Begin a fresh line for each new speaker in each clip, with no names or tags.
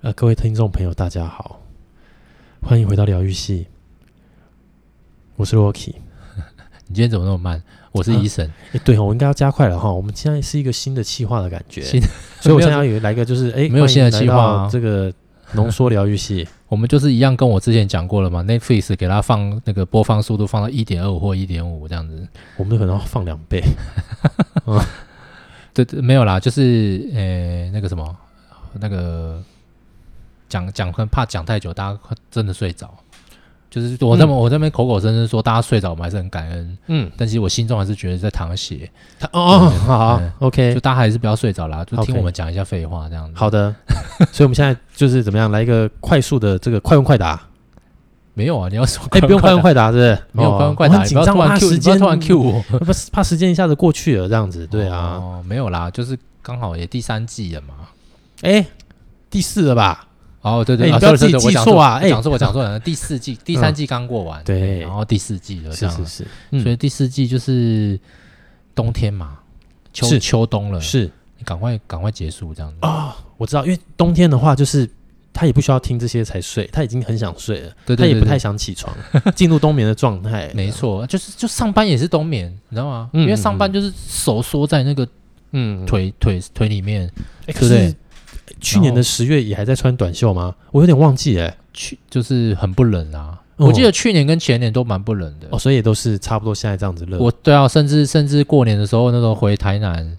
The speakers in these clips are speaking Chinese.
呃，各位听众朋友，大家好，欢迎回到疗愈系，我是 Rocky。
你今天怎么那么慢？我是
啊
医生，
诶对哦，我应该要加快了哈。我们现在是一个新的企划的感觉，
新
所以我
没
现
有
在要有来个就是哎，
没
欢
有
迎
新的企划
来
啊
到这个浓缩疗愈系。
我们就是一样，跟我之前讲过了嘛。Netflix 给它放那个播放速度放到一点二五或一点五这样子。
我们可能要放两倍，
对，对没有啦，就是呃那个什么，那个讲讲很怕讲太久，大家真的睡着。就是我那么、我这边口口声声说大家睡着，我们还是很感恩，
嗯，
但其实我心中还是觉得在淌血，
他哦， 哦
对
好好
对就
，OK，
大家还是不要睡着啦，就
OK
听我们讲一下废话这样子。
好的，所以我们现在就是怎么样来一个快速的这个快问快答，
没有啊，你要说
哎，不用快
快
问，快答，是不是？
没有快问
哦
快
我
答，
很
你
紧
不要
张，
突
怕
然 Q，
时
你不要
间
突然 Q 我。
不是怕时间一下子过去了这样子，对啊。
哦，没有啦，就是刚好也第三季了嘛。
哎，第四了吧？
哦，对
哎
对，
你
啊
不要
对对
自己
对我
记
讲
错啊哎嗯
我讲错，我讲错了。第四季、第三季刚过完，
对
然后第四季了，这
是
样
是
了。
是，
所
嗯
以第四季就是冬天嘛，秋
是
秋冬了，
是哦
你赶快赶快结束这样子。
我知道，因为冬天的话，就是他也不需要听这些才睡，他已经很想睡了，
对
他
对
也
对，
不太啊
对
想起床，进入冬眠的状 态。
没，错，就是就上班也是冬眠，你知道吗？
嗯
因为上班就是手缩在那个
嗯，
腿腿腿里面，
诶
对不对？
可是去年的十月也还在穿短袖吗？我有点忘记哎。
去就是很不冷啊。
嗯
我记得去年跟前年都蛮不冷的
哦，，所以也都是差不多现在这样子热。
我对啊，甚至甚至过年的时候，那时候回台南，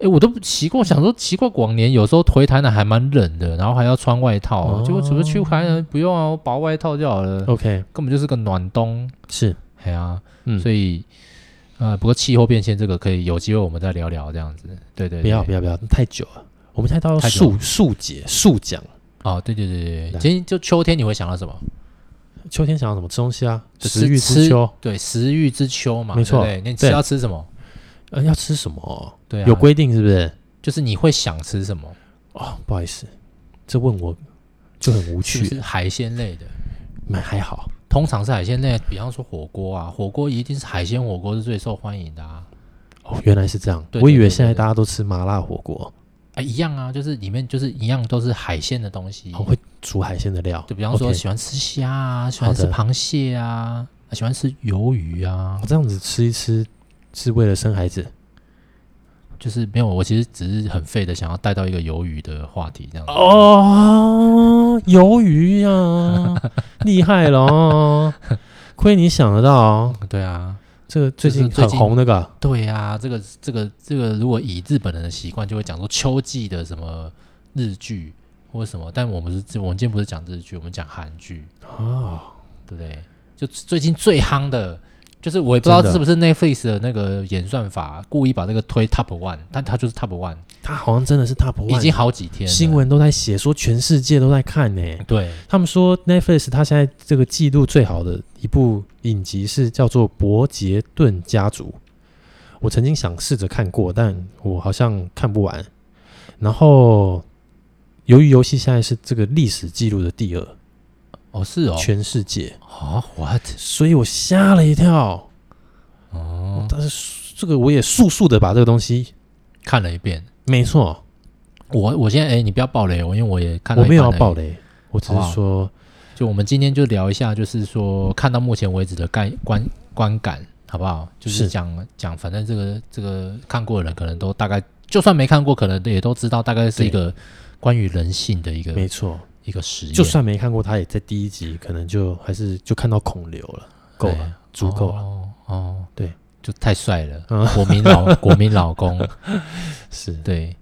哎，我都不奇怪，想说奇怪，往年有时候回台南还蛮冷的，然后还要穿外套，
哦嗯
结果怎么去台南不用啊，我薄外套就好了，
OK
根本就是个暖冬，
是，
哎呀、啊，
嗯，
所以呃，不过气候变迁这个可以有机会我们再聊聊这样子，对对对，
不要不要不要太久了，我们现在到
太久
数数节数讲，
哦，对对对
来
对，今天就秋天你会想到什么？
秋天想要什么吃东西啊？
吃
食欲之
吃
秋，
对，食欲之秋嘛，
没错
对不对你吃
对
要吃什么？
呃，要吃什么？
对啊，
有规定是不是？
就是你会想吃什么？
哦，不好意思，这问我就很无
是不
趣，
是海鲜类的？
蛮还好。
通常是海鲜类，比方说火锅啊，火锅一定是海鲜火锅是最受欢迎的啊。
哦，原来是这样，
对
我
对
以为
对
现在
对对
大家都吃麻辣火锅，
啊，一样啊，就是里面就是一样都是海鲜的东西。
哦、会煮海鲜的料。
嗯就比方说
OK
喜欢吃虾啊，喜欢吃
好的
螃蟹啊，啊喜欢吃鱿鱼啊
我，哦这样子吃一吃，是为了生孩子
就是没有，我其实只是很废的想要带到一个鱿鱼的话题这样子。
哦，鱿鱼呀、 厉害了哦，亏你想得到哦。
对啊，
这个最
就是
近
最
很
近
红那个啊，
对啊，这个这个这个，如果以日本人的习惯，就会讲说秋季的什么日剧或什么，但我们是我们今天不是讲日剧，我们讲韩剧。
哦
对不对？就最近最夯的，就是我也不知道
真的
是不是 Netflix 的那个演算法故意把这个推 Top One，但它就是 Top One，
他好像真的是 top one，
已经好几天了
新闻都在写说全世界都在看呢、
对
他们说 Netflix 它现在这个记录最好的一部影集是叫做《伯杰顿家族》，我曾经想试着看过，但我好像看不完。然后，由于游戏现在是这个历史记录的第二，
哦是哦
全世界，
哦 What
所以我吓了一跳。
哦
但是这个我也速速的把这个东西，
看了一遍，
没错，
我我现在哎你不要爆雷哦，因为我也看了
我
一
没有要
半而
爆，
已
雷，我只
好不
是
好
说，
就我们今天就聊一下，就是说看到目前为止的概观观感好不好？就是
是
讲讲，反正这个这个看过的人可能都大概，就算没看过，可能也都知道大概是一个关于人性的一个
没错，
一个实验，
就算没看过，他也在第一集可能就还是就看到孔流了，够了
哎，
足够了。
哦哦，
对，
就太帅了，
嗯
国 民老国民老公，
是
对，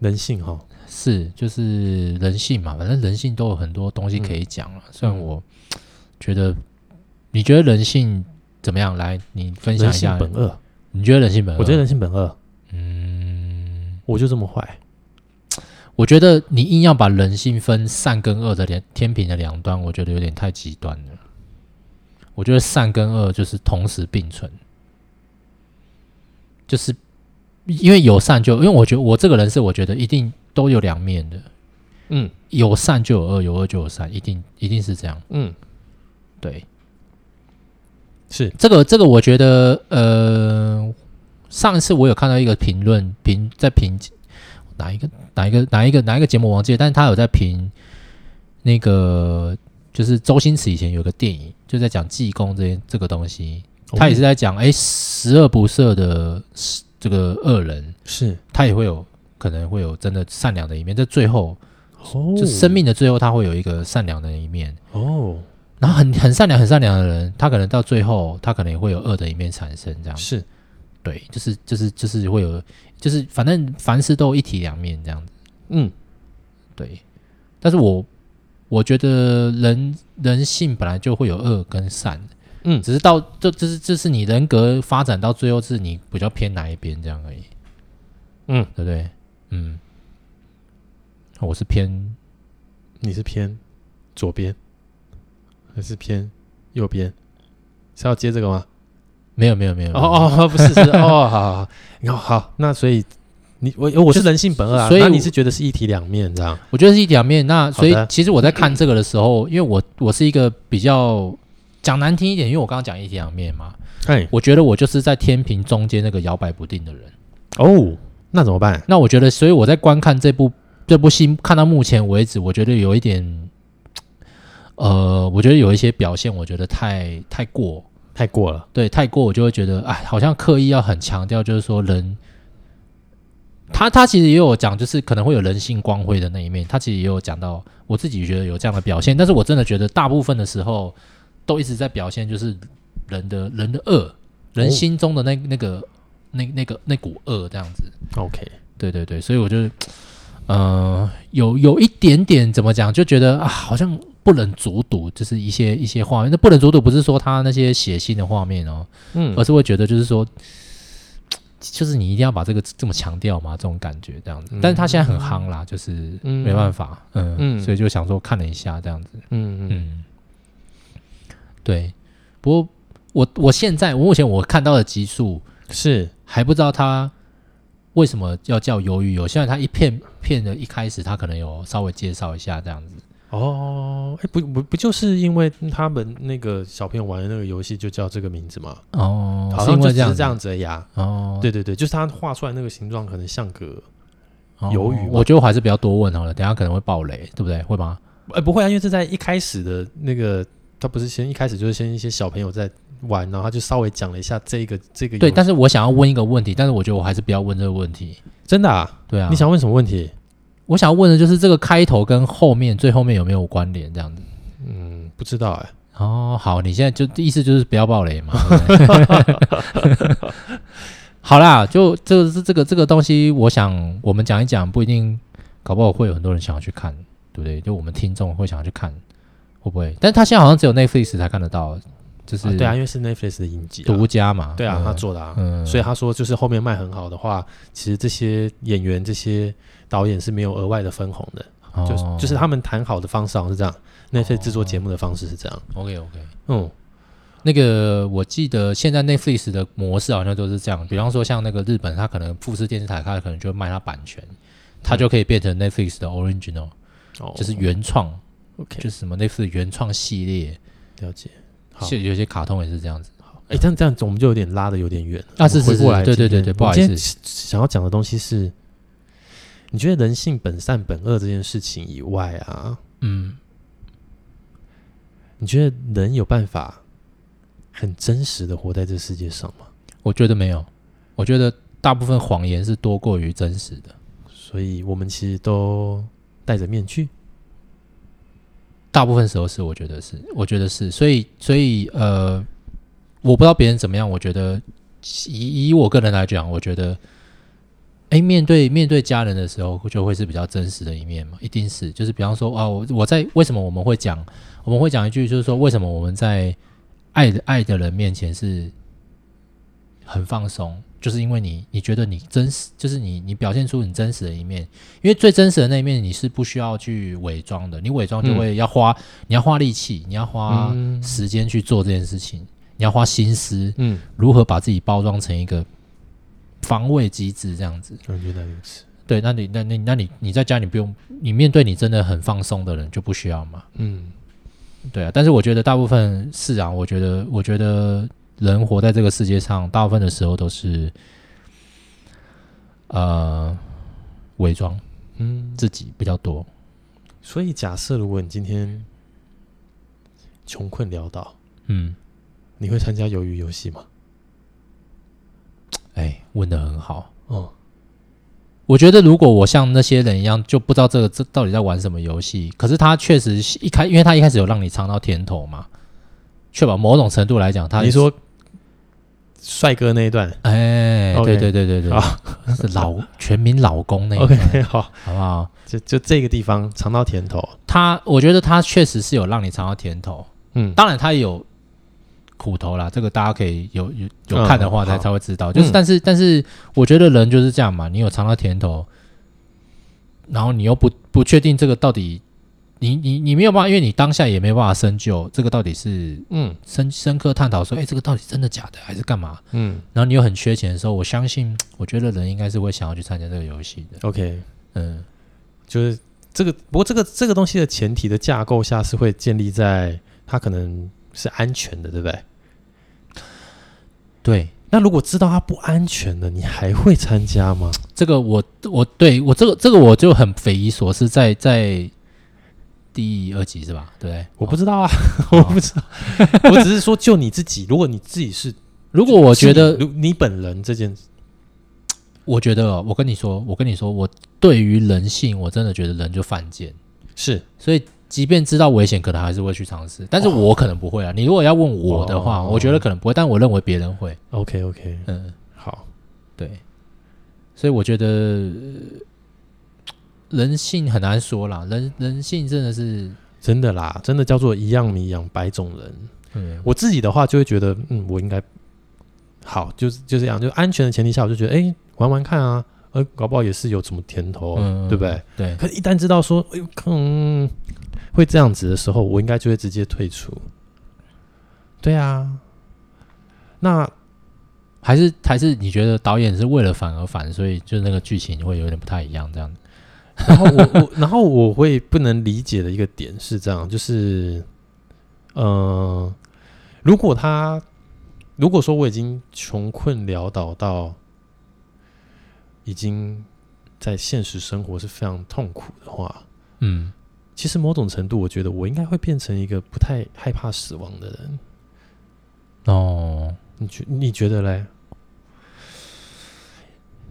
人性哈，
是就是人性嘛，反正人性都有很多东西可以讲
嗯
了。虽然我觉得，你觉得人性怎么样？来，你分享
人
一
性
下，
本恶。
你觉得人性本恶？
我觉得，人性本恶，
嗯，
我就这么坏。
我觉得你硬要把人性分善跟恶的两天平的两端，我觉得有点太极端了。我觉得善跟恶就是同时并存，就是因为有善就因为我觉得我这个人是我觉得一定都有两面的，
嗯
有善就有恶，有恶就有善，一定一定是这样。
嗯，
对，
是
这个这个我觉得呃，上一次我有看到一个评论评在评哪一个哪一个哪一个哪一个节目我忘记了，但是他有在评那个就是周星驰以前有个电影，就在讲济公这件这个东西，
哦
他也是在讲哎十恶不赦的这个恶人，
是
他也会有可能会有真的善良的一面，在最后
哦，
就生命的最后，他会有一个善良的一面。
哦，
然后很很善良、很善良的人，他可能到最后，他可能也会有恶的一面产生，这样子。
是
对，就是就是就是会有，就是反正凡事都有一体两面这样子。
嗯
对，但是我我觉得人人性本来就会有恶跟善，
嗯
只是到这这是这是你人格发展到最后是你比较偏哪一边这样而已，
嗯，
对不对？嗯，我是偏
你是偏左边还是偏右边？是要接这个吗？
没有没有没有
哦，哦，不是是哦，好好 好，你看哦好，那所以你我我是人性本恶啊，
所以
那
我
你是觉得是一体两面这样？
我觉得是一体两面。那所以
好的
其实我在看这个的时候，因为我我是一个比较讲难听一点，因为我刚刚讲一体两面嘛，
哎
我觉得我就是在天平中间那个摇摆不定的人。
哦，那怎么办？
那我觉得，所以我在观看这 部这部戏，看到目前为止，我觉得有一点，呃，我觉得有一些表现，我觉得太太过，
太过了，
对，太过，我就会觉得，哎，好像刻意要很强调，就是说人，他他其实也有讲，就是可能会有人性光辉的那一面，他其实也有讲到，我自己觉得有这样的表现，但是我真的觉得大部分的时候都一直在表现就是人的人的恶，人心中的那那个那那个那股恶这样子。
OK，
对对对，所以我就，呃，有有一点点怎么讲，就觉得啊，好像不忍卒睹，就是一些一些画面。那不忍卒睹不是说他那些血腥的画面哦，
嗯
而是会觉得就是说，就是你一定要把这个这么强调嘛，这种感觉这样子。但是他现在很夯啦，就是
嗯
没办法，嗯，
嗯
所以就想说看了一下这样子。
嗯嗯
嗯，对。不过我我现在我目前我看到的集数
是
还不知道他为什么要叫鱿鱼游。虽然他一片片的一开始他可能有稍微介绍一下这样子，
哦，哎、不不不，就是因为他们那个小朋友玩的那个游戏就叫这个名字嘛，
哦
好
是
像
因
就
为
只
这样
是
子
这样子而已啊。
哦，
对对对，就是他画出来那个形状可能像个，
哦
鱿鱼嘛
我觉得我还是不要多问好了，等一下可能会爆雷，对不对？会吗？
哎、不会啊，因为这在一开始的那个，他不是先一开始就是先一些小朋友在玩，然后他就稍微讲了一下这个这个游
对，但是我想要问一个问题，但是我觉得我还是不要问这个问题。
真的啊，
对啊，
你想问什么问题？
我想要问的就是这个开头跟后面最后面有没有关联这样子？
嗯，不知道哎、
哦，好，你现在就意思就是不要暴雷嘛。对不对 好啦，就这个是这个这个东西，我想我们讲一讲，不一定，搞不好会有很多人想要去看，对不对？就我们听众会想要去看，会不会？但他现在好像只有 Netflix 才看得到，就是、
啊对啊，因为是 Netflix 的影集、啊，
独家嘛。
对啊，他
嗯
做的啊，
嗯
所以他说就是后面卖很好的话，其实这些演员这些导演是没有额外的分红的。就是
哦
就是他们谈好的方式好像是这样，那些制作节目的方式是这样。
OK OK。
嗯，
那个我记得现在 Netflix 的模式好像都是这样，比方说像那个日本，它可能富士电视台，它可能就卖它版权，它就可以变成 Netflix 的 original，、
哦
就是原创，就
OK，
是什么 Netflix 原创系列，
了解。好，
是有些卡通也是这样子。
哎，这样这样我们就有点拉的有点远
啊是
我们
是
回过来
是
今
对
天，
对对对不
我
好意思
们今天想要讲的东西是，你觉得人性本善本恶这件事情以外啊，
嗯，
你觉得人有办法很真实的活在这世界上吗？
我觉得没有，我觉得大部分谎言是多过于真实的，
所以我们其实都戴着面具。
大部分时候是，我觉得是，我觉得是，所以所以呃，我不知道别人怎么样，我觉得以以我个人来讲，我觉得。哎，面对面对家人的时候，就会是比较真实的一面嘛，一定是，就是比方说啊，我我在为什么我们会讲，我们会讲一句，就是说为什么我们在爱的爱的人面前是很放松，就是因为你你觉得你真实，就是你你表现出你真实的一面，因为最真实的那一面你是不需要去伪装的，你伪装就会要花、你要花力气，你要花
嗯
时间去做这件事情，你要花心思，
嗯，
如何把自己包装成一个防卫机制这样子。
感觉到如此。
对，那你那那那你你在家里不用，你面对你真的很放松的人就不需要嘛。
嗯，
对啊，但是我觉得大部分是啊，我觉得我觉得人活在这个世界上，大部分的时候都是，呃，伪装
嗯，
自己比较多。
所以假设如果你今天穷困潦倒，
嗯，
你会参加鱿鱼游戏吗？
哎，问的很好。
哦，
我觉得如果我像那些人一样，就不知道这个这到底在玩什么游戏，可是他确实是一开，因为他一开始有让你尝到甜头嘛，确保某种程度来讲，他
你说帅哥那一段
哎，
OK
对对对对对，是老全民老公那一段，
，OK，好，
好不好？
就就这个地方尝到甜头，
他我觉得他确实是有让你尝到甜头，
嗯，
当然他也有苦头啦，这个大家可以有有有看的话
嗯
才
好
才会知道。就是
嗯
但是但是我觉得人就是这样嘛，你有尝到甜头，然后你又不不确定这个到底。你你你没有办法，因为你当下也没办法深究这个到底是
嗯
深深刻探讨说，哎、这个到底真的假的还是干嘛？
嗯
然后你又很缺钱的时候，我相信，我觉得人应该是会想要去参加这个游戏的。
，OK，
嗯，
就是这个，不过这个这个东西的前提的架构下是会建立在它可能是安全的，对不对？
对，
那如果知道它不安全的，你还会参加吗？
这个我我对我这个这个我就很匪夷所思，在在第二集是吧？对不对，
我不知道啊，
哦
我不 知道，我只是说就你自己，如果你自己是，
如果我觉
是
得，
你如你本人这件，
我觉得哦，我跟你说，我跟你说，我对于人性，我真的觉得人就犯贱，
是
所以即便知道危险，可能还是会去尝试。但是我可能不会啊。你如果要问我的话，
哦
我觉得可能不会，但我认为别人会。
OK OK，
嗯。
好，
对，所以我觉得呃人性很难说啦，人人性真的是，
真的啦，真的叫做一样米养百种人。
嗯，
我自己的话就会觉得，嗯，我应该好，就是就这样，就安全的前提下，我就觉得，哎、玩玩看啊，呃，搞不好也是有什么甜头，
嗯
对不对？
对，
可是一旦知道说，哎呦，嗯，会这样子的时候，我应该就会直接退出。对啊，那
还是还是你觉得导演是为了反而反，所以就那个剧情会有点不太一样这样。
然后我我然后我会不能理解的一个点是这样，就是，呃，如果他如果说我已经穷困潦倒到已经在现实生活是非常痛苦的话，
嗯，
其实某种程度，我觉得我应该会变成一个不太害怕死亡的人。
哦，
你觉你觉得嘞？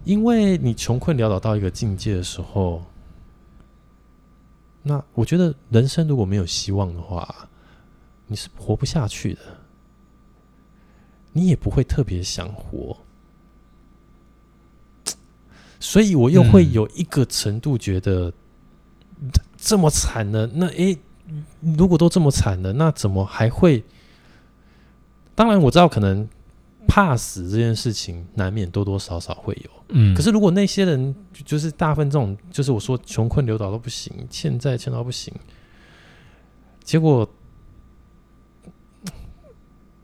因为你穷困潦倒到一个境界的时候，那我觉得人生如果没有希望的话，你是活不下去的，你也不会特别想活。所以我又会
嗯
有一个程度觉得，这这么惨了，那诶，如果都这么惨了，那怎么还会？当然我知道可能怕死这件事情难免多多少少会有，
嗯，
可是如果那些人就就是大部分这种，就是我说穷困潦倒都不行，欠债欠到不行，结果，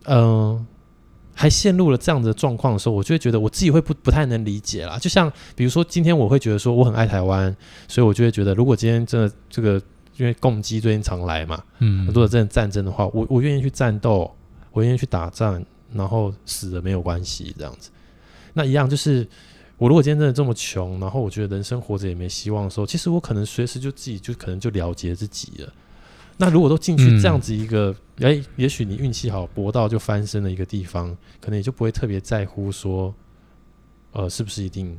嗯、还陷入了这样的状况的时候，我就会觉得我自己会不不太能理解啦。就像比如说，今天我会觉得说我很爱台湾，所以我就会觉得，如果今天真的这个，因为共机最近常来嘛，
嗯
如，果真的战争的话，我我愿意去战斗，我愿意去打仗，然后死了没有关系，这样子。那一样就是，我如果今天真的这么穷，然后我觉得人生活着也没希望的时候，其实我可能随时就自己就可能就了结自己了。那如果都进去
嗯
这样子一个，哎、也许你运气好搏到就翻身的一个地方，可能也就不会特别在乎说，呃，是不是一定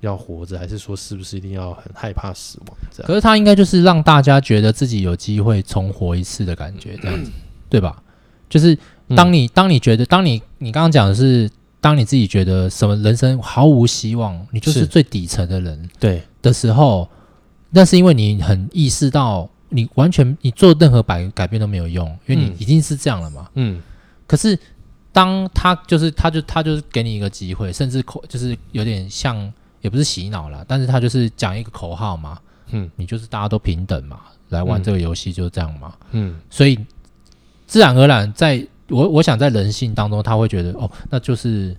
要活着，还是说是不是一定要很害怕死亡这样？
可是他应该就是让大家觉得自己有机会重活一次的感觉，这样子，对吧？就是当
嗯
你当你觉得，当你你刚刚讲的是，当你自己觉得什么人生毫无希望，你就是
是
最底层的人，
嗯对
的时候，那是因为你很意识到，你完全你做任何改改变都没有用，因为你
嗯
已经是这样了嘛。
嗯
可是当他就是他就他就是给你一个机会，甚至口就是有点像也不是洗脑啦，但是他就是讲一个口号嘛，
嗯
你就是大家都平等嘛，来玩
嗯
这个游戏就是这样嘛。
嗯
所以自然而然在，我我想在人性当中，他会觉得哦，那就是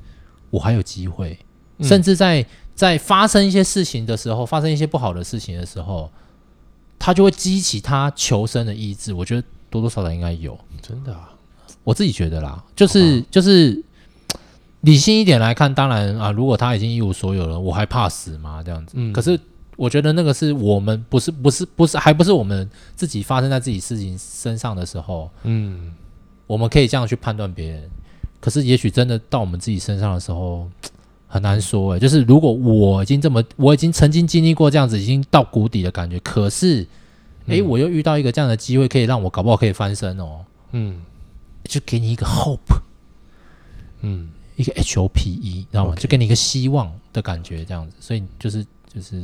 我还有机会，
嗯
甚至在在发生一些事情的时候，发生一些不好的事情的时候，他就会激起他求生的意志。我觉得多多少少应该有，
真的、啊。
我自己觉得啦，就是
好吧
就是理性一点来看，当然啊，如果他已经一无所有了，我还怕死吗？这样子。
嗯
可是我觉得那个是我们不是不是不是还不是我们自己发生在自己事情身上的时候，
嗯，
我们可以这样去判断别人。可是也许真的到我们自己身上的时候，很难说诶、欸就是如果我已经这么，我已经曾经经历过这样子，已经到谷底的感觉，可是诶、
嗯
我又遇到一个这样的机会，可以让我搞不好可以翻身哦，
嗯
就给你一个 hope，
嗯，
一个 hope，你 E，知道吗
OK
就给你一个希望的感觉，这样子。所以就是就是。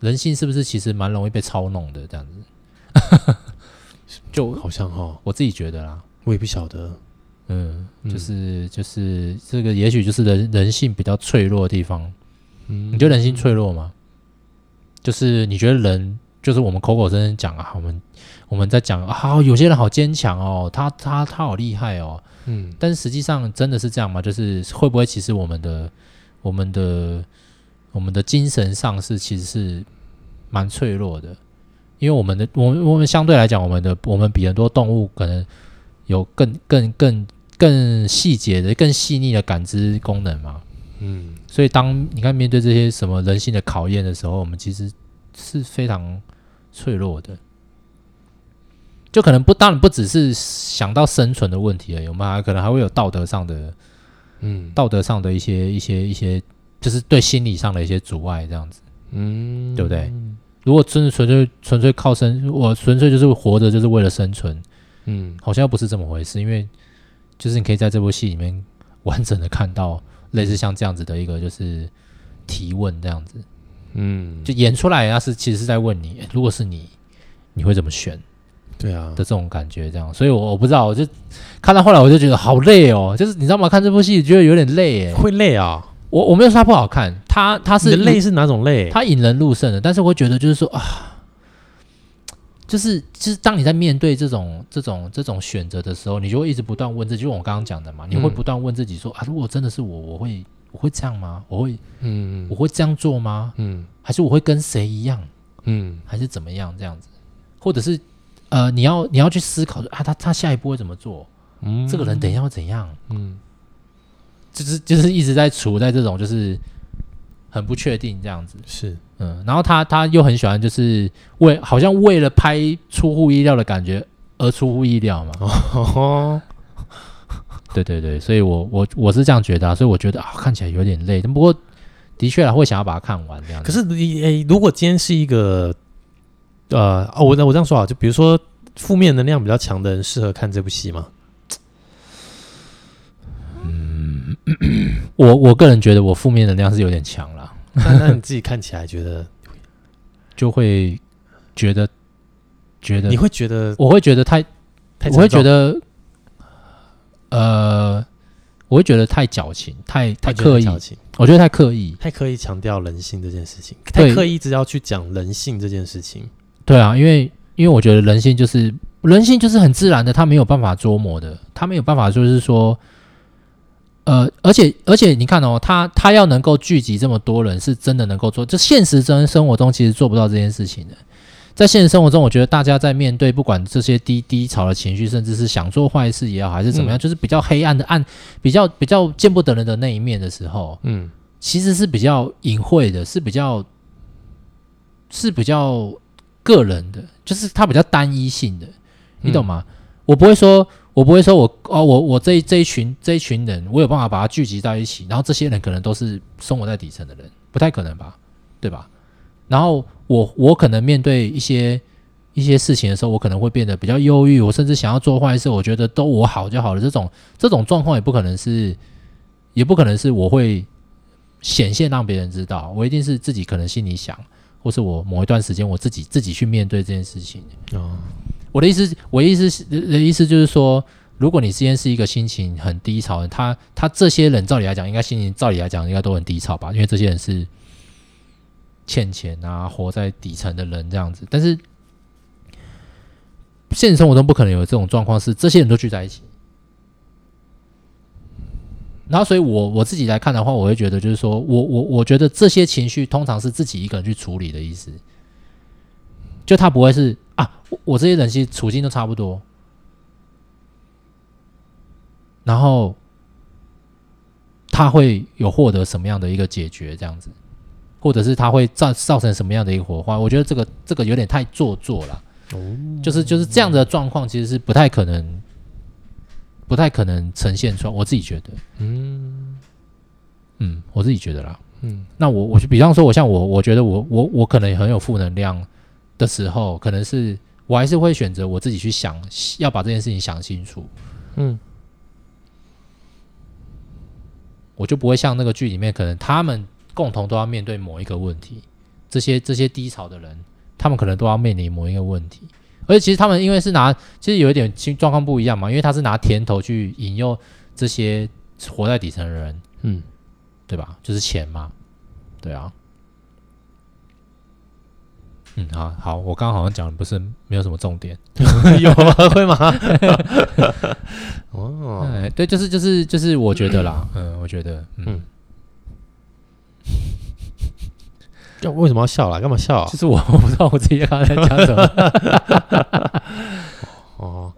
人性是不是其实蛮容易被操弄的？这样子， 就
好像哈，
我自己觉得啦。
我也不晓得。
嗯，
嗯
就是就是这个，也许就是人人性比较脆弱的地方。
嗯
你觉得人性脆弱吗？就是你觉得人，就是我们口口声声讲啊，我们我们在讲啊，好有些人好坚强哦，他他他好厉害哦，
嗯
但实际上真的是这样吗？就是会不会其实我们的我们的我们的精神上是其实是蛮脆弱的，因为我们的我们我们相对来讲，我们的我们比很多动物可能有更更更更细节的、更细腻的感知功能嘛。
嗯
所以当你看面对这些什么人性的考验的时候，我们其实是非常脆弱的。就可能不，当然不只是想到生存的问题而已，我们还可能还会有道德上的、
嗯
道德上的一些、一些、一些，就是对心理上的一些阻碍，这样子。
嗯，
对不对？如果真的纯粹纯粹靠生，我纯粹就是活着就是为了生存，
嗯
好像又不是这么回事。因为就是你可以在这部戏里面完整的看到类似像这样子的一个就是提问这样子，
嗯，
就演出来，他是其实是在问你，诶欸如果是你，你会怎么选
对啊
的，这种感觉，这样。所以我我不知道，我就看到后来我就觉得好累哦，就是你知道吗？看这部戏觉得有点累诶。
会累啊。
我我没有说它不好看，它它
你
是
的累，是哪种累？
它引人入胜的，但是我觉得就是说啊，就是就是当你在面对这种这种这种选择的时候，你就会一直不断问自己，就我刚刚讲的嘛，你会
嗯
不断问自己说、啊，如果真的是我，我会我会这样吗？我会
嗯
我会这样做吗？
嗯
还是我会跟谁一样？
嗯
还是怎么样这样子，或者是呃，你要你要去思考说啊，他他下一步会怎么做？
嗯，
这个人等一下会怎样？
嗯
就是就是一直在处在这种就是很不确定这样子，
是
嗯，然后他他又很喜欢就是为好像为了拍出乎意料的感觉而出乎意料嘛，
哦，
对对对，所以我我我是这样觉得、啊，所以我觉得啊看起来有点累，但不过的确啊会想要把它看完这样
可
子，
是你诶，如果今天是一个呃哦，我我这样说啊，就比如说负面能量比较强的人适合看这部戏 吗？
我我个人觉得我负面能量是有点强了。
那那你自己看起来觉得，
就会觉得觉得
你会觉得
我会觉得太，
太
我会觉
沉重
得呃，我会觉得太矫情，太太
会觉得
刻意
矫，情
我觉得太刻意。
太刻意强调人性这件事情，
对
太刻意一直要去讲人性这件事情。
对啊，因为因为我觉得人性就是人性就是很自然的，他没有办法捉摸的，他没有办法就是说。呃，而且而且，你看哦，他他要能够聚集这么多人，是真的能够做。就现实中生活中，其实做不到这件事情的。在现实生活中，我觉得大家在面对不管这些低低潮的情绪，甚至是想做坏事也好，还是怎么
嗯
样，就是比较黑暗的暗，比较比较见不得人的那一面的时候，
嗯
其实是比较隐晦的，是比较是比较个人的，就是它比较单一性的，你懂吗？我不会说，我不会说我哦，我我这一这一群这一群人，我有办法把它聚集到一起，然后这些人可能都是生活在底层的人，不太可能吧，对吧？然后我我可能面对一些一些事情的时候，我可能会变得比较忧郁，我甚至想要做坏事，我觉得都我好就好了，这种这种状况也不可能是，也不可能是我会显现让别人知道，我一定是自己可能心里想，或是我某一段时间我自己自己去面对这件事情。
哦
我的意思，我的意思是的意思就是说，如果你今天是一个心情很低潮的人，他他这些人照理来讲，应该心情照理来讲应该都很低潮吧，因为这些人是欠钱啊，活在底层的人这样子。但是现实生活中不可能有这种状况，是这些人都聚在一起。然后，所以我我自己来看的话，我会觉得就是说我我我觉得这些情绪通常是自己一个人去处理的意思，就他不会是啊，我我这些人其实处境都差不多，然后他会有获得什么样的一个解决这样子，或者是它会造造成什么样的一个火花？我觉得这个这个有点太做作了。
哦，
就是就是这样的状况，其实是不太可能，不太可能呈现出来。我自己觉得，
嗯
嗯，我自己觉得啦。
嗯
那我我就比方说，我像我，我觉得我我我可能很有负能量的时候，可能是我还是会选择我自己去想，要把这件事情想清楚。
嗯，
我就不会像那个剧里面，可能他们共同都要面对某一个问题，这些这些低潮的人，他们可能都要面临某一个问题。而且其实他们因为是拿，其实有一点情状况不一样嘛，因为他是拿甜头去引诱这些活在底层的人，
嗯，
对吧？就是钱嘛，对啊。嗯，好好，我刚刚好像讲的不是没有什么重点，
有吗？会吗？哦，
哎，对，就是就是就是，我觉得啦，嗯，我觉得，嗯，
嗯 要为什么要笑啦？干嘛笑啊
就？是我 我不知道我自己刚才在讲什么，
哦，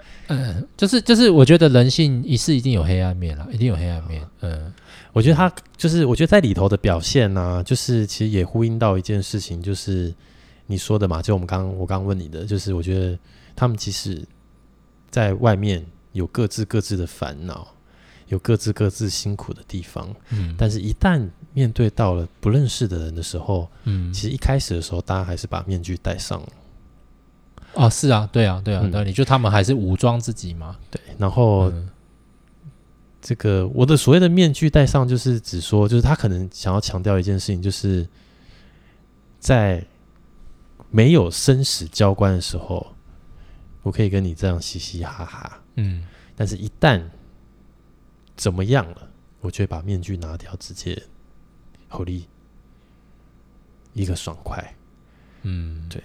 就是就是，我觉得人性一世一定有黑暗面啦，一定有黑暗面。嗯
我觉得他就是，我觉得在里头的表现呢、就是其实也呼应到一件事情，就是你说的嘛，就我们刚我刚问你的，就是我觉得他们其实在外面有各自各自的烦恼，有各自各自辛苦的地方，
嗯，
但是一旦面对到了不认识的人的时候，
嗯
其实一开始的时候，大家还是把面具戴上欸了，
啊，是啊，对啊，对啊，
嗯哦
对啊，你就他们还是武装自己嘛。
对，然后
嗯
这个我的所谓的面具戴上，就是只说，就是他可能想要强调一件事情，就是在没有生死交关的时候，我可以跟你这样嘻嘻哈哈，
嗯，
但是一旦怎么样了，我就会把面具拿掉，直接吼力一个爽快，
嗯，
对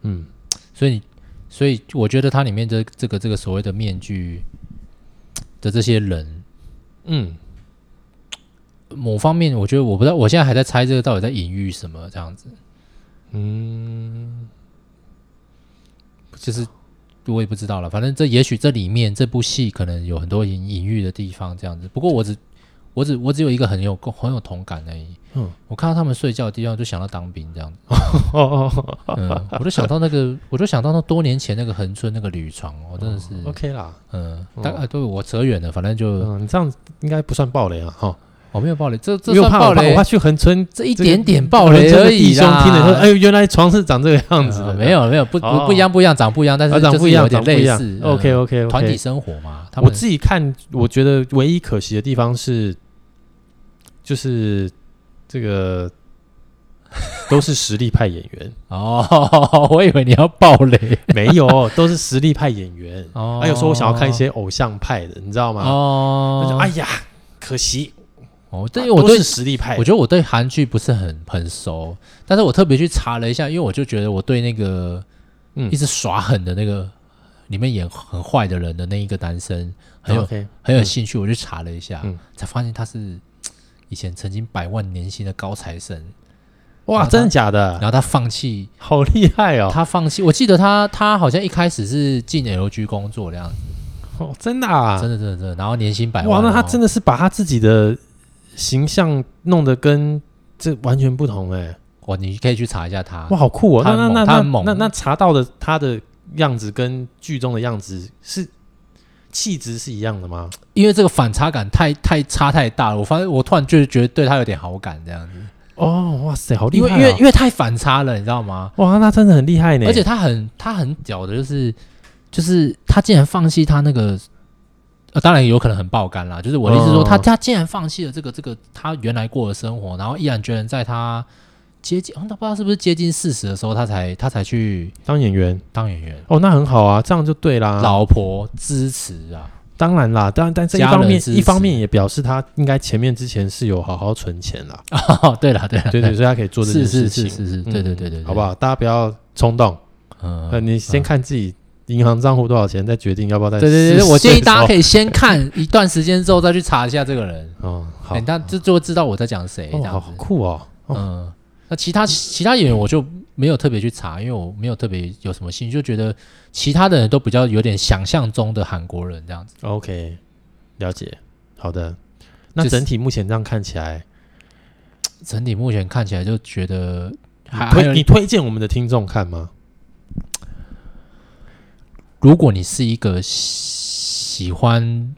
嗯，
所以你，所以我觉得它里面这这个这个所谓的面具的这些人，
嗯，
某方面，我觉得我不知道，我现在还在猜这个到底在隐喻什么，这样子。 嗯，就是我也不知道了，反正这也许这里面这部戏可能有很多隐隐喻的地方，这样子。不过我只我只我只有一个很有共很有同感而已。
嗯，
我看到他们睡觉的地方，就想到当兵这样子。
哦哦
嗯，我就想到那个，我就想到那多年前那个恒春那个旅床，我真的是，
，OK 啦，
嗯，
哦
大概对我扯远了，反正就哦
嗯，你这样应该不算暴雷啊，哈，
我没有暴雷，这这
因为我
算
怕
暴
我怕
雷
我怕，去横村
这一
这个
点点暴雷而已
弟兄
啦。
听了说：“哎呦，原来床是长这个样子。
呃没，有没有，不
哦
不不一样，不一样，长不一样，但
啊
是
长
就
不
是
一样，
有点
长不
类
一样
似。。
OK OK
嗯
OK，
团体生活嘛，他
我
们
自己看，我觉得唯一可惜的地方是，就是这个 都是实力派演员，
哦， 我以为你要暴雷
没有，都是实力派演员。
哦
还有说我想要看一些偶像派的，你知道吗？那就
哦
哎，呀，可惜，啊
哦，对，我
都
对
是实力派
我，觉得我对韩剧不是很很熟，但是我特别去查了一下，因为我就觉得我对那个
嗯
一直耍狠的那个里面演很坏的人的那一个男生很有
哦 OK，
很有兴趣，我去查了一下
嗯，
才发现他是以前曾经百万年薪的高材生，
哇，真的假的
然？后他放弃，
好厉害哦！
他放弃，我记得他他好像一开始是进 LG 工作的样子，
哦真的啊，
真的真的真的，然后年薪百万，哦
哇，那他
然后
真的是把他自己的形象弄得跟这完全不同哎、
哇，你可以去查一下他，
哇，好酷哦！
他
那那
很猛
那
他
那
很猛
那那查到的他的样子跟剧中的样子是气质是一样的吗？
因为这个反差感太太差太大了，我发现我突然就觉得对他有点好感这样子，
哦，哇塞，好厉
因
害哦、
为因为因为太反差了，你知道吗？
哇，那真的很厉害呢。
而且他很他很屌的，就是就是他竟然放弃他那个，呃，当然有可能很爆肝啦，就是我的意思是说
哦
他他竟然放弃了这个这个他原来过的生活，然后毅然决然在他接近，哦那、不知道是不是接近四十的时候，他才他才去
当演员
当演员，
哦，那很好啊，这样就对啦。
老婆支持 啊，
当然啦，当然，但这一
家人
方面
支持
一方面也表示他应该前面之前是有好好存钱 啦，
哦，对了对了，
对对，所以他可以做这件事
是是
情。嗯
是是是，对对对对对，
好不好？大家不要冲动。
嗯，
呃，
嗯
你先看自己银行账户多少钱，再决定要不要再。
对对对对，我建议大家可
以。
以先看一段时间之后再去查一下这个人，
哦，好
哎，，那就就会知道我在讲谁这
哦，好
样子
好。酷哦。哦
嗯，那其他其他演员我就没有特别去查，因为我没有特别有什么兴趣，就觉得其他的人都比较有点想象中的韩国人这样子。
，OK，了解。好的，那
就是
整体目前这样看起来，
整体目前看起来就觉得还还有
推你推荐我们的听众看吗？
如果你是一个喜欢，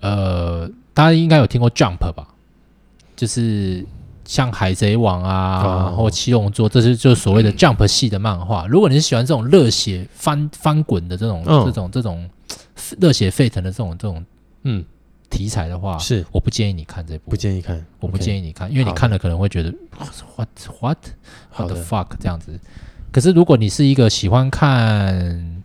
呃，大家应该有听过 Jump 吧？就是像海贼王啊，
哦
或七龙珠，这是就是
嗯
所谓的 Jump 系的漫画。如果你是喜欢这种热血翻翻滚的这种、
嗯
这种这种热血沸腾的这种这种
嗯，
题材的话，
是
我不建议你看这部
不，建议看，
我不
OK
建议你看，因为你
好的
看了可能会觉得 what what
好
what the
的，
fuck 这样子。可是如果你是一个喜欢看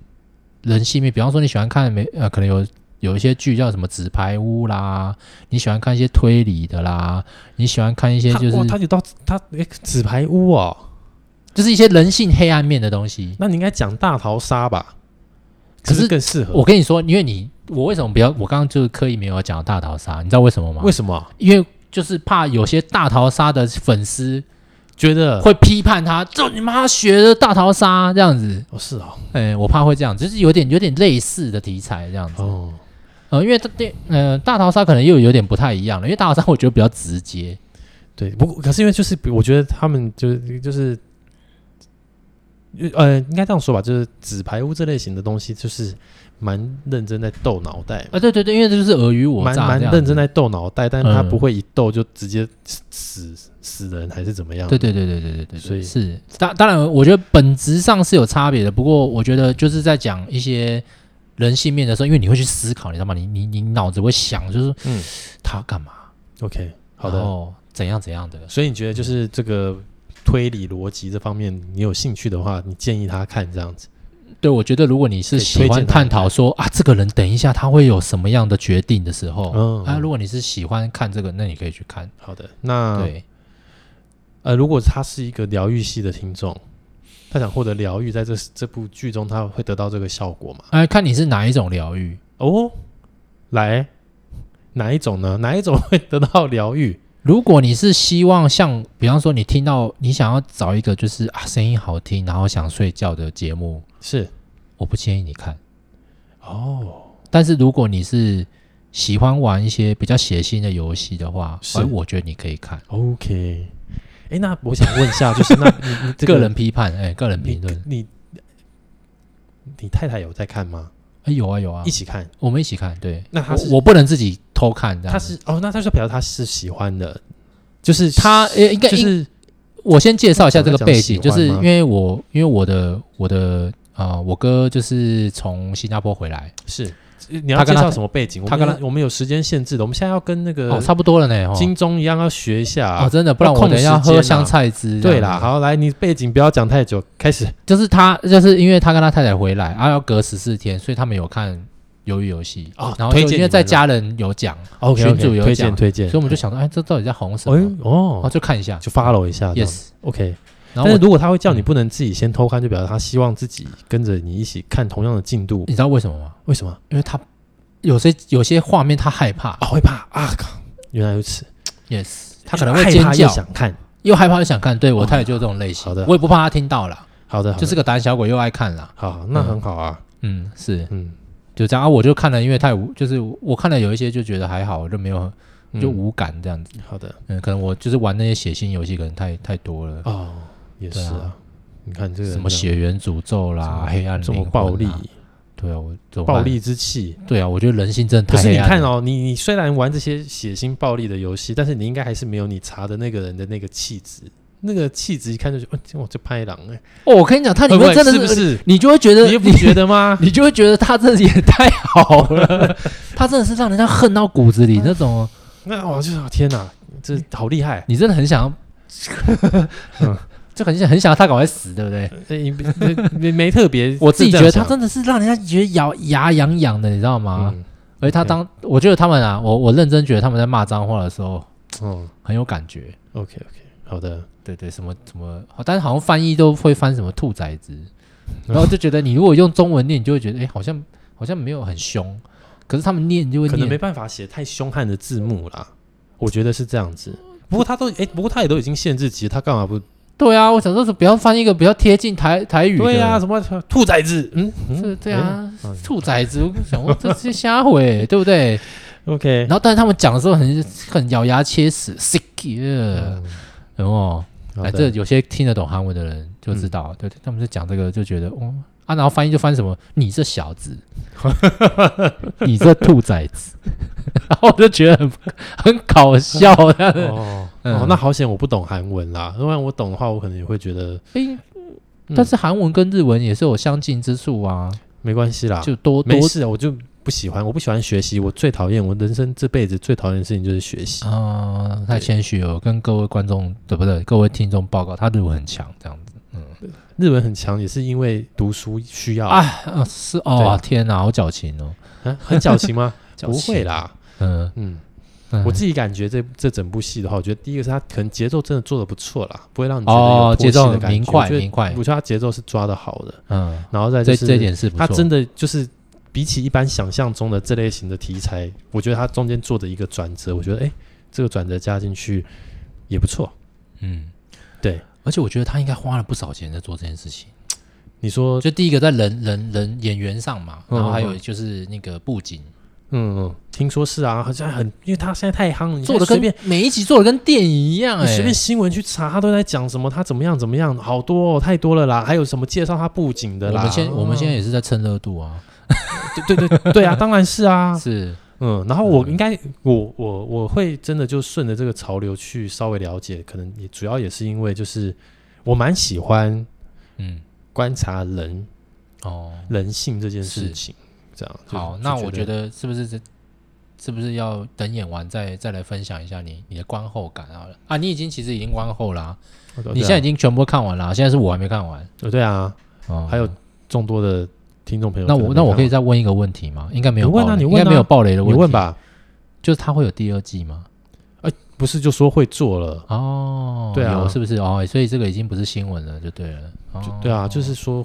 人性面，比方说你喜欢看没呃，可能有有一些剧叫什么《纸牌屋》啦，你喜欢看一些推理的啦，你喜欢看一些
他
就是
哇他有到他诶纸牌屋哦，
就是一些人性黑暗面的东西。
那你应该讲大逃杀吧？
可
这
是
更适合
我跟你说，因为你我为什么不要？我刚刚就是刻意没有讲大逃杀，你知道为什么吗？
为什么？
因为就是怕有些大逃杀的粉丝
觉得
会批判他，就你妈学的大逃杀这样子，
哦是哦
哎、我怕会这样，就是有点有点类似的题材这样子。
哦
呃，因为它对，呃，大逃杀可能又有点不太一样了，因为大逃杀我觉得比较直接，
对，不过可是因为就是比我觉得他们就是就是。呃，应该这样说吧，就是纸牌屋这类型的东西，就是蛮认真在斗脑袋嘛
啊，对对对，因为这就是尔虞我
蛮
诈，
蛮认真，在斗脑袋，但是他
嗯
不会一斗就直接死死人还是怎么样？
对对对对对对对，
所以
是当当然，我觉得本质上是有差别的，不过我觉得就是在讲一些人性面的时候，因为你会去思考，你知道吗？你你你脑子会想，就是
嗯
嗯，他要干嘛？
，OK，好的。
哦，怎样怎样的？
所以你觉得就是这个推理逻辑这方面，你有兴趣的话，你建议他看这样子。
对，我觉得如果你是
可以
喜
推荐
欢
他
探
们
讨说啊，这个人等一下他会有什么样的决定的时候，
嗯
啊，如果你是喜欢看这个，那你可以去看，
好的，那
对。
呃，如果他是一个疗愈系的听众，他想获得疗愈，在这这部剧中他会得到这个效果吗？
哎，看你是哪一种疗愈。
哦，来哪一种呢？哪一种会得到疗愈？
如果你是希望像，比方说你听到你想要找一个就是啊声音好听，然后想睡觉的节目，
是
我不建议你看。
哦，
但是如果你是喜欢玩一些比较血腥的游戏的话，
是
哎，我觉得你可以看。
OK，哎、那我想问一下，就是那 你你这
个人批判，哎，个人评论，
你你你太太有在看吗？
哎，有啊有啊
一，起看，
我们一起看。对，
那他
我
是
我不能自己偷看，这
他
样子。
是哦，那他就表示他是喜欢的，就是
他哎应该
就是
我先介绍一下这个背景，
我讲
就
喜欢
是
吗
因为我因为我的我的呃我哥就是从新加坡回来，
是你要
他
介
跟他
绍什么背景？我
他
们
跟他
我们有时间限制的，我们现在要跟那
哦，
个
差不多了呢，哦
金钟一样要学一下啊
哦，。真的，不然
要
我
控
等一下
时间
喝
啊
香菜汁。
对啦，，好，来你背景不要讲太久，开始
就是他，就是因为他跟他太太回来啊，要隔十四天，所以他们有看《鱿鱼游戏》
哦
然后
推
就
荐
因
你
为
们
在
了
家人有讲，
哦
群主有
推
讲
荐推荐，
所以我们就想到，哎，这到底在红什么？
哎
然后
哦，
就看一下
就 follow 一下这样
，yes。
OK。
然后
但
我
是如果他会叫你不能自己先偷看，就表示他希望自己跟着你一起看同样的进度
你。知道为什么吗？
为什么？
因为他有些有些画面他害怕
啊，会怕啊！靠，原来如此。
，yes，他可能会
害
尖
怕又
叫，
想看。
又害怕又想看。对我
哦
太太就是这种类型，
好的
我也不怕他听到啦，
好的，好的
就是个胆小鬼又爱看啦。
好，那
嗯
很好啊。
嗯，是
嗯，
就这样啊。我就看了，因为太无，就是我看了有一些就觉得还好，就没有就
嗯
无感这样子。
好的
嗯，可能我就是玩那些血腥游戏，可能太太多了，
哦，也是
对
啊
啊。
你看这个
什
人
么
啊
血缘诅咒
这
啦
么、
黑暗、啊
这啊么暴力、，
对啊，我怎么办
暴？力之气。
对啊，我觉得人性真的
可
太
是
黑
你
暗
看
了。
哦，你你虽然玩这些血腥暴力的游戏，但是你应该还是没有你查的那个人的那个气质，那个气质一看就觉得，哦这我这拍狼哎，
哦，我跟你讲，他里
会不会
面真的
是不是？
你就会觉得
你也不觉得吗？
你就会觉得他这也太好了，他真的是让人家恨到骨子里那种，
那我就想天哪，这好厉 害！
你真的很想要
嗯，
就很想很想要他赶快死，对不对？
哎你你没没特别，
我自己觉得他
这啊
真的是让人家觉得咬牙痒痒的，你知道吗？
嗯
而且他当我觉得他们啊，我我认真觉得他们在骂脏话的时候
哦
很有感觉。
，OK OK，好的，
对对，什么什么，好但是好像翻译都会翻什么兔崽子，然后就觉得你如果用中文念，你就会觉得哎、诶好像好像没有很凶，可是他们念就会
可能没
念，
办法写太凶悍的字幕啦，我觉得是这样子。不过他都哎、不过他也都已经限制级，他干嘛不？
对啊，我想说是不要翻一个比较贴近台台语的，
对啊，，什么兔崽子？嗯嗯，
是对啊
没有，嗯
欸 兔崽子，我想我这些瞎毁，对不对？
OK，
然后但是他们讲的时候很很咬牙切齿，sick，呃
嗯
然后
好
哎，
的
这有些听得懂韩文的人就知道，
嗯
对他们就讲这个就觉得哦啊，然后翻译就翻什么你这小 子，你这兔崽子， 然后我就觉得很很搞笑。这样子
哦
嗯
哦，那好险我不懂韩文啦，如果我懂的话，我可能也会觉得
哎，
嗯
但是韩文跟日文也是有相近之处啊，
没关系啦，
就多多
没事啊，我就不喜欢，我不喜欢学习，我最讨厌，我人生这辈子最讨厌的事情就是学习。
啊，太谦虚了，我跟各位观众对不对？各位听众报告，他日文很强，这样子
日文很强也是因为读书需要
啊，啊是哦，天哪，好矫情哦，
啊很矫情吗？
矫
不
情
会啦，
嗯，
嗯，
嗯
我自己感觉这这整部戏的话，我觉得第一个是他可能节奏真的做的不错啦，不会让你觉得有
哦，
脱
节
戏
奏
的
很
感
明
觉
快
我觉得
明快，
我觉得他节奏是抓的好的，
嗯，
然后再就
这
是
这一点是不
他
错，
真的就是比起一般想象中的这类型的题材，我觉得他中间做的一个转折，我觉得哎、诶这个转折加进去也不错。
嗯，
对，
而且我觉得他应该花了不少钱在做这件事情。
你说，
就第一个在人人人演员上嘛，
嗯
然后还有
嗯
就是那个布景
嗯嗯，听说是啊，好像很，因为他现在太夯了，你
做的
随
跟
便。
每一集做的跟电影一样，
你随
哎
便，新闻去查，他都在讲什么，他怎么样怎么样，好多哦，太多了啦。还有什么介绍他布景的
我
啦？
们现我们现在
哦
也是在蹭热度啊，
对对对对啊，当然是啊，
是，
嗯。然后我应该，我我我会真的就顺着这个潮流去稍微了解，可能也主要也是因为就是我蛮喜欢
嗯，
观察人
哦，
人性这件事
是
情，这样就
好，
就
那我觉
觉
得是不是这是不是要等演完再再来分享一下你你的观后感好了啊？你已经其实已经观后啦、
哦
你
对啊
现在已经全部看完了啊、现在是我还没看完
哦对啊，
哦。
还有众多的听众朋友
那
真的没
我
看完，
那我可以再问一个问题吗？应该没有
你
暴雷，
问啊你问啊
应该没有暴雷
啊
的
你
问题。
问，吧，
就是它会有第二季吗？
不是就说会做了。
哦，
对啊
有是不是？哦，所以这个已经不是新闻了，就对了。哦、
就对啊，就是说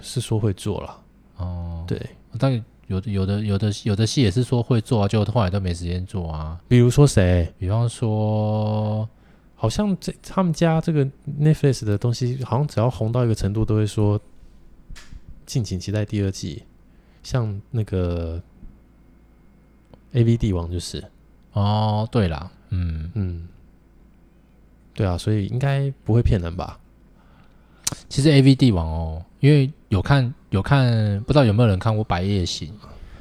是说会做了，
哦，
对，
但有的有的有的有的戏也是说会做啊，结果后来都没时间做啊。
比如说谁，
比方说，
好像这他们家这个 Netflix 的东西，好像只要红到一个程度，都会说敬请期待第二季。像那个 A V 帝王就是，
哦，对啦，嗯，
嗯，对啊，所以应该不会骗人吧？
其实 A V 帝王哦，因为有看有看，不知道有没有人看过《白夜行》，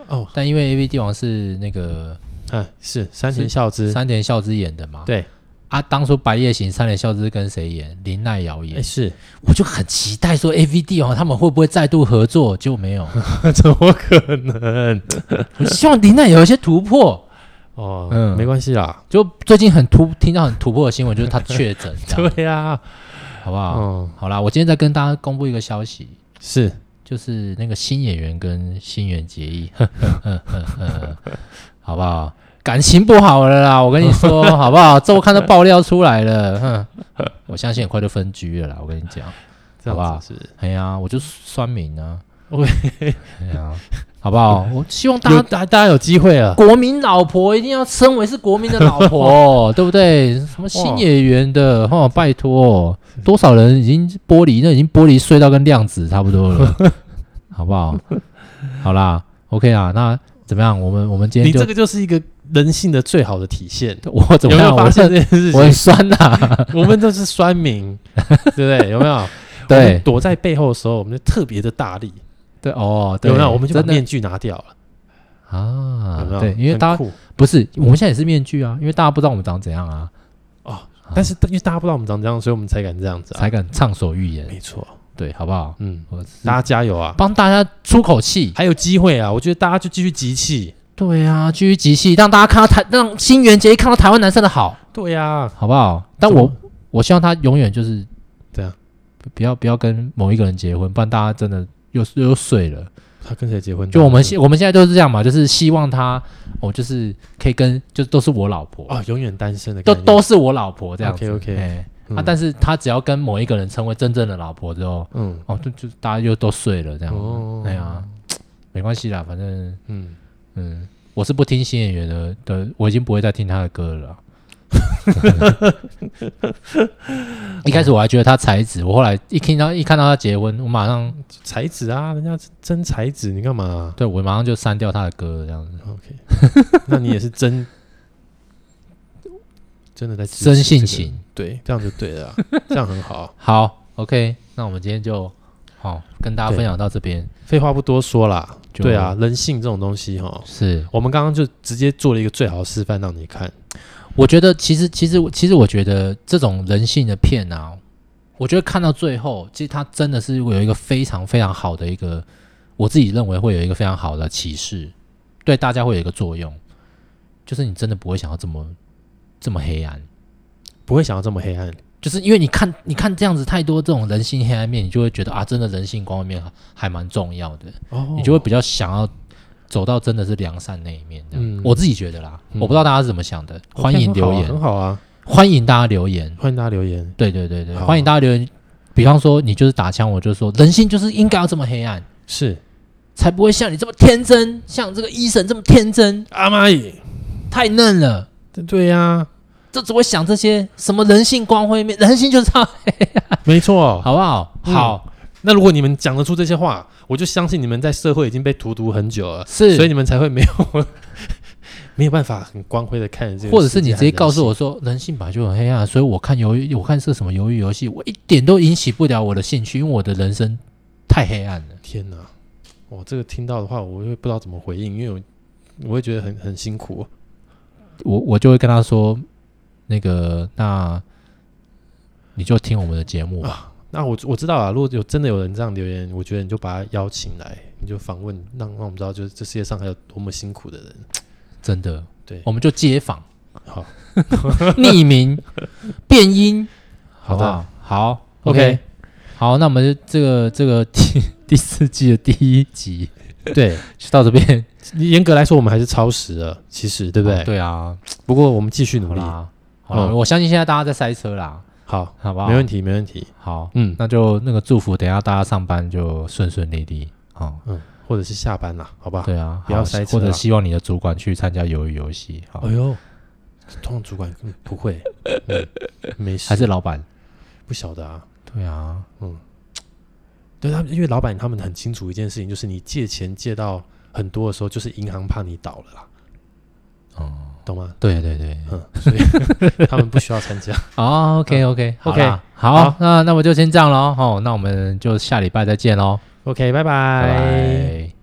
哦，
但因为 A V 帝王是那个
啊，是山田孝之，
山田孝之演的嘛，
对，
啊，当初《白夜行》山田孝之跟谁演？林奈瑶
哎、
演，
是，
我就很期待说 A V 帝王他们会不会再度合作，结果没有。
怎么可能？
我希望林奈有一些突破。
哦，
嗯
没关系啦，
就最近很突听到很突破的新闻，就是他确诊，这 样
对呀、
好不
啊，
好？
嗯，
好啦，我今天再跟大家公布一个消息，
是，
就是那个新演员跟新垣 结衣，好不好？感情不好了啦，我跟你 说，好不好？周刊的爆料出来了，哼，我相信很快就分居了啦，我跟你讲，
这
好
样
吧
子是不是
哎呀，我就酸 民啊
OK
哎呀，好不好？我希望大
有
家
大大家有机会了，
国民老婆一定要称为是国民的老 婆，哦对不对？什么新演员的哈、哦，拜托，多少人已经玻璃，那已经玻璃碎到跟量子差不多了， 好不好？好啦，OK 啊，那怎么样？我们我们今
你
天就、
这个就是一个人性的最好的体现。
我怎么
有没有
样？
发
我
现
是
这件事
我很
情？
酸啊呐、
我们都是酸 民，对不对？有没有？我们
对
躲在背后的时候，我们就特别的大力，
对哦，对，
有没有？我们就把
真的
面具拿掉了，
啊
有没，有？
对，因为
很
大家
酷
不是我们现在也是面具啊，因为大家不知道我们长怎样啊，
哦，但是因为大家不知道我们长这样，所以我们才敢这样子啊。
才敢畅所欲言，
没错，
对，好不好？
嗯，
我是
大家加油啊！
帮大家出口气。
还有机会啊！我觉得大家就继续集气。
对啊，继续集气，让大家看到台，让新垣结衣看到台湾男生的好，
对啊呀，
好不好？但
怎么
我我希望他永远就是
怎样
不，不要不要跟某一个人结婚，不然大家真的又又碎了。
他跟谁结婚？
就我们现我们现在就是这样嘛，就是希望他，我、就是可以跟，就都是我老婆，
啊，永远单身的概
都
念，
都是我老婆这样子。
OK，OK
哎
嗯
啊，但是他只要跟某一个人成为真正的老婆之后，
嗯，
哦，就就大家又都碎了这样。
哦
哎呀，没关系啦，反正
嗯，
嗯，我是不听新演员的的，我已经不会再听他的歌了啦。 一开始我还觉得他才子，我后来一听到一看到他结婚，我马上
才子啊，人家是真才子，你干嘛、啊
对我马上就删掉他的歌了这样子。
哦 OK，那 你也是真真的在支持
真性
这个
情，
对，这样就对了啊、 这样很好啊。
好，OK，那我们今天就好、跟大家
对
分享到这边。
废话不多说啦，
就
对啊，人性这种东西哈，
是，
我们刚刚就直接做了一个最好的示范让你看。
我觉得其实其实其实我觉得这种人性的片啊，我觉得看到最后，其实它真的是有一个非常非常好的一个，我自己认为会有一个非常好的启示，对大家会有一个作用，就是你真的不会想要这么这么黑暗。
不会想要这么黑暗，
就是因为你看，你看这样子太多这种人性黑暗面，你就会觉得啊，真的人性光明面还还蛮重要的。
哦
你就会比较想要走到真的是良善那一面这样。
嗯
我自己觉得啦，
嗯
我不知道大家是怎么想的，欢迎留言，
很好啊，
欢迎大家留言。
欢迎大家留言。
对对对对，
好
欢迎大家留言。比方说，你就是打枪，我就说人性就是应该要这么黑暗，
是
才不会像你这么天真，像这个医生这么天真，
阿妈也
太嫩了，
对呀、
就只会想这些什么人性光辉面，人性就是这样，
没错。
好不好？
嗯
好，
那如果你们讲得出这些话，我就相信你们在社会已经被荼毒很久了，
是
所以你们才会没有 没有办法很光辉的看着这个世界和人性，
或者是你直接告诉我说，人性本来就很黑暗，所以我看鱿鱼，我看这个什么鱿鱼游戏，我一点都引起不了我的兴趣，因为我的人生太黑暗了。
天哪，我这个听到的话，我会不知道怎么回应，因为我我会觉得很很辛苦。
我我就会跟他说，那个，那你就听我们的节目吧。
那我我知道啊，如果有真的有人这样留言，我觉得你就把他邀请来，你就访问，让让我们知道，就是这世界上还有多么辛苦的人。
真的，
对
我们就街访，
好，
匿名变音，好
好
不
的，
好？好
OK
好，那我们这个这个第 第四季的第一集
对，
就到这边，
严格来说，我们还是超时了，其实 对不对？
哦对啊，
不过我们继续努
好
力，
啦，好啦，
嗯
我相信现在大家在塞车啦，
好，
好不好？
没问题，没问题。
好，
嗯
那就那个祝福，等一下大家上班就顺顺利利哦。
嗯，或者是下班啦，好不好？
对啊，
不要
好
塞车啊
或者希望你的主管去参加鱿鱼游戏，哦好，
哎呦，通常主管嗯不会，嗯，没事，
还是老板？
不晓得啊。
对啊，
对他们，因为老板他们很清楚一件事情，就是你借钱借到很多的时候，就是银行怕你倒了啦，
哦，
懂吗？
对对对，
嗯，所以 他们不需要参加。
好，OK OK
OK，
好
好，
哦那那我就先这样喽，好，那我们就下礼拜再见喽，
OK，拜
拜
拜。
拜。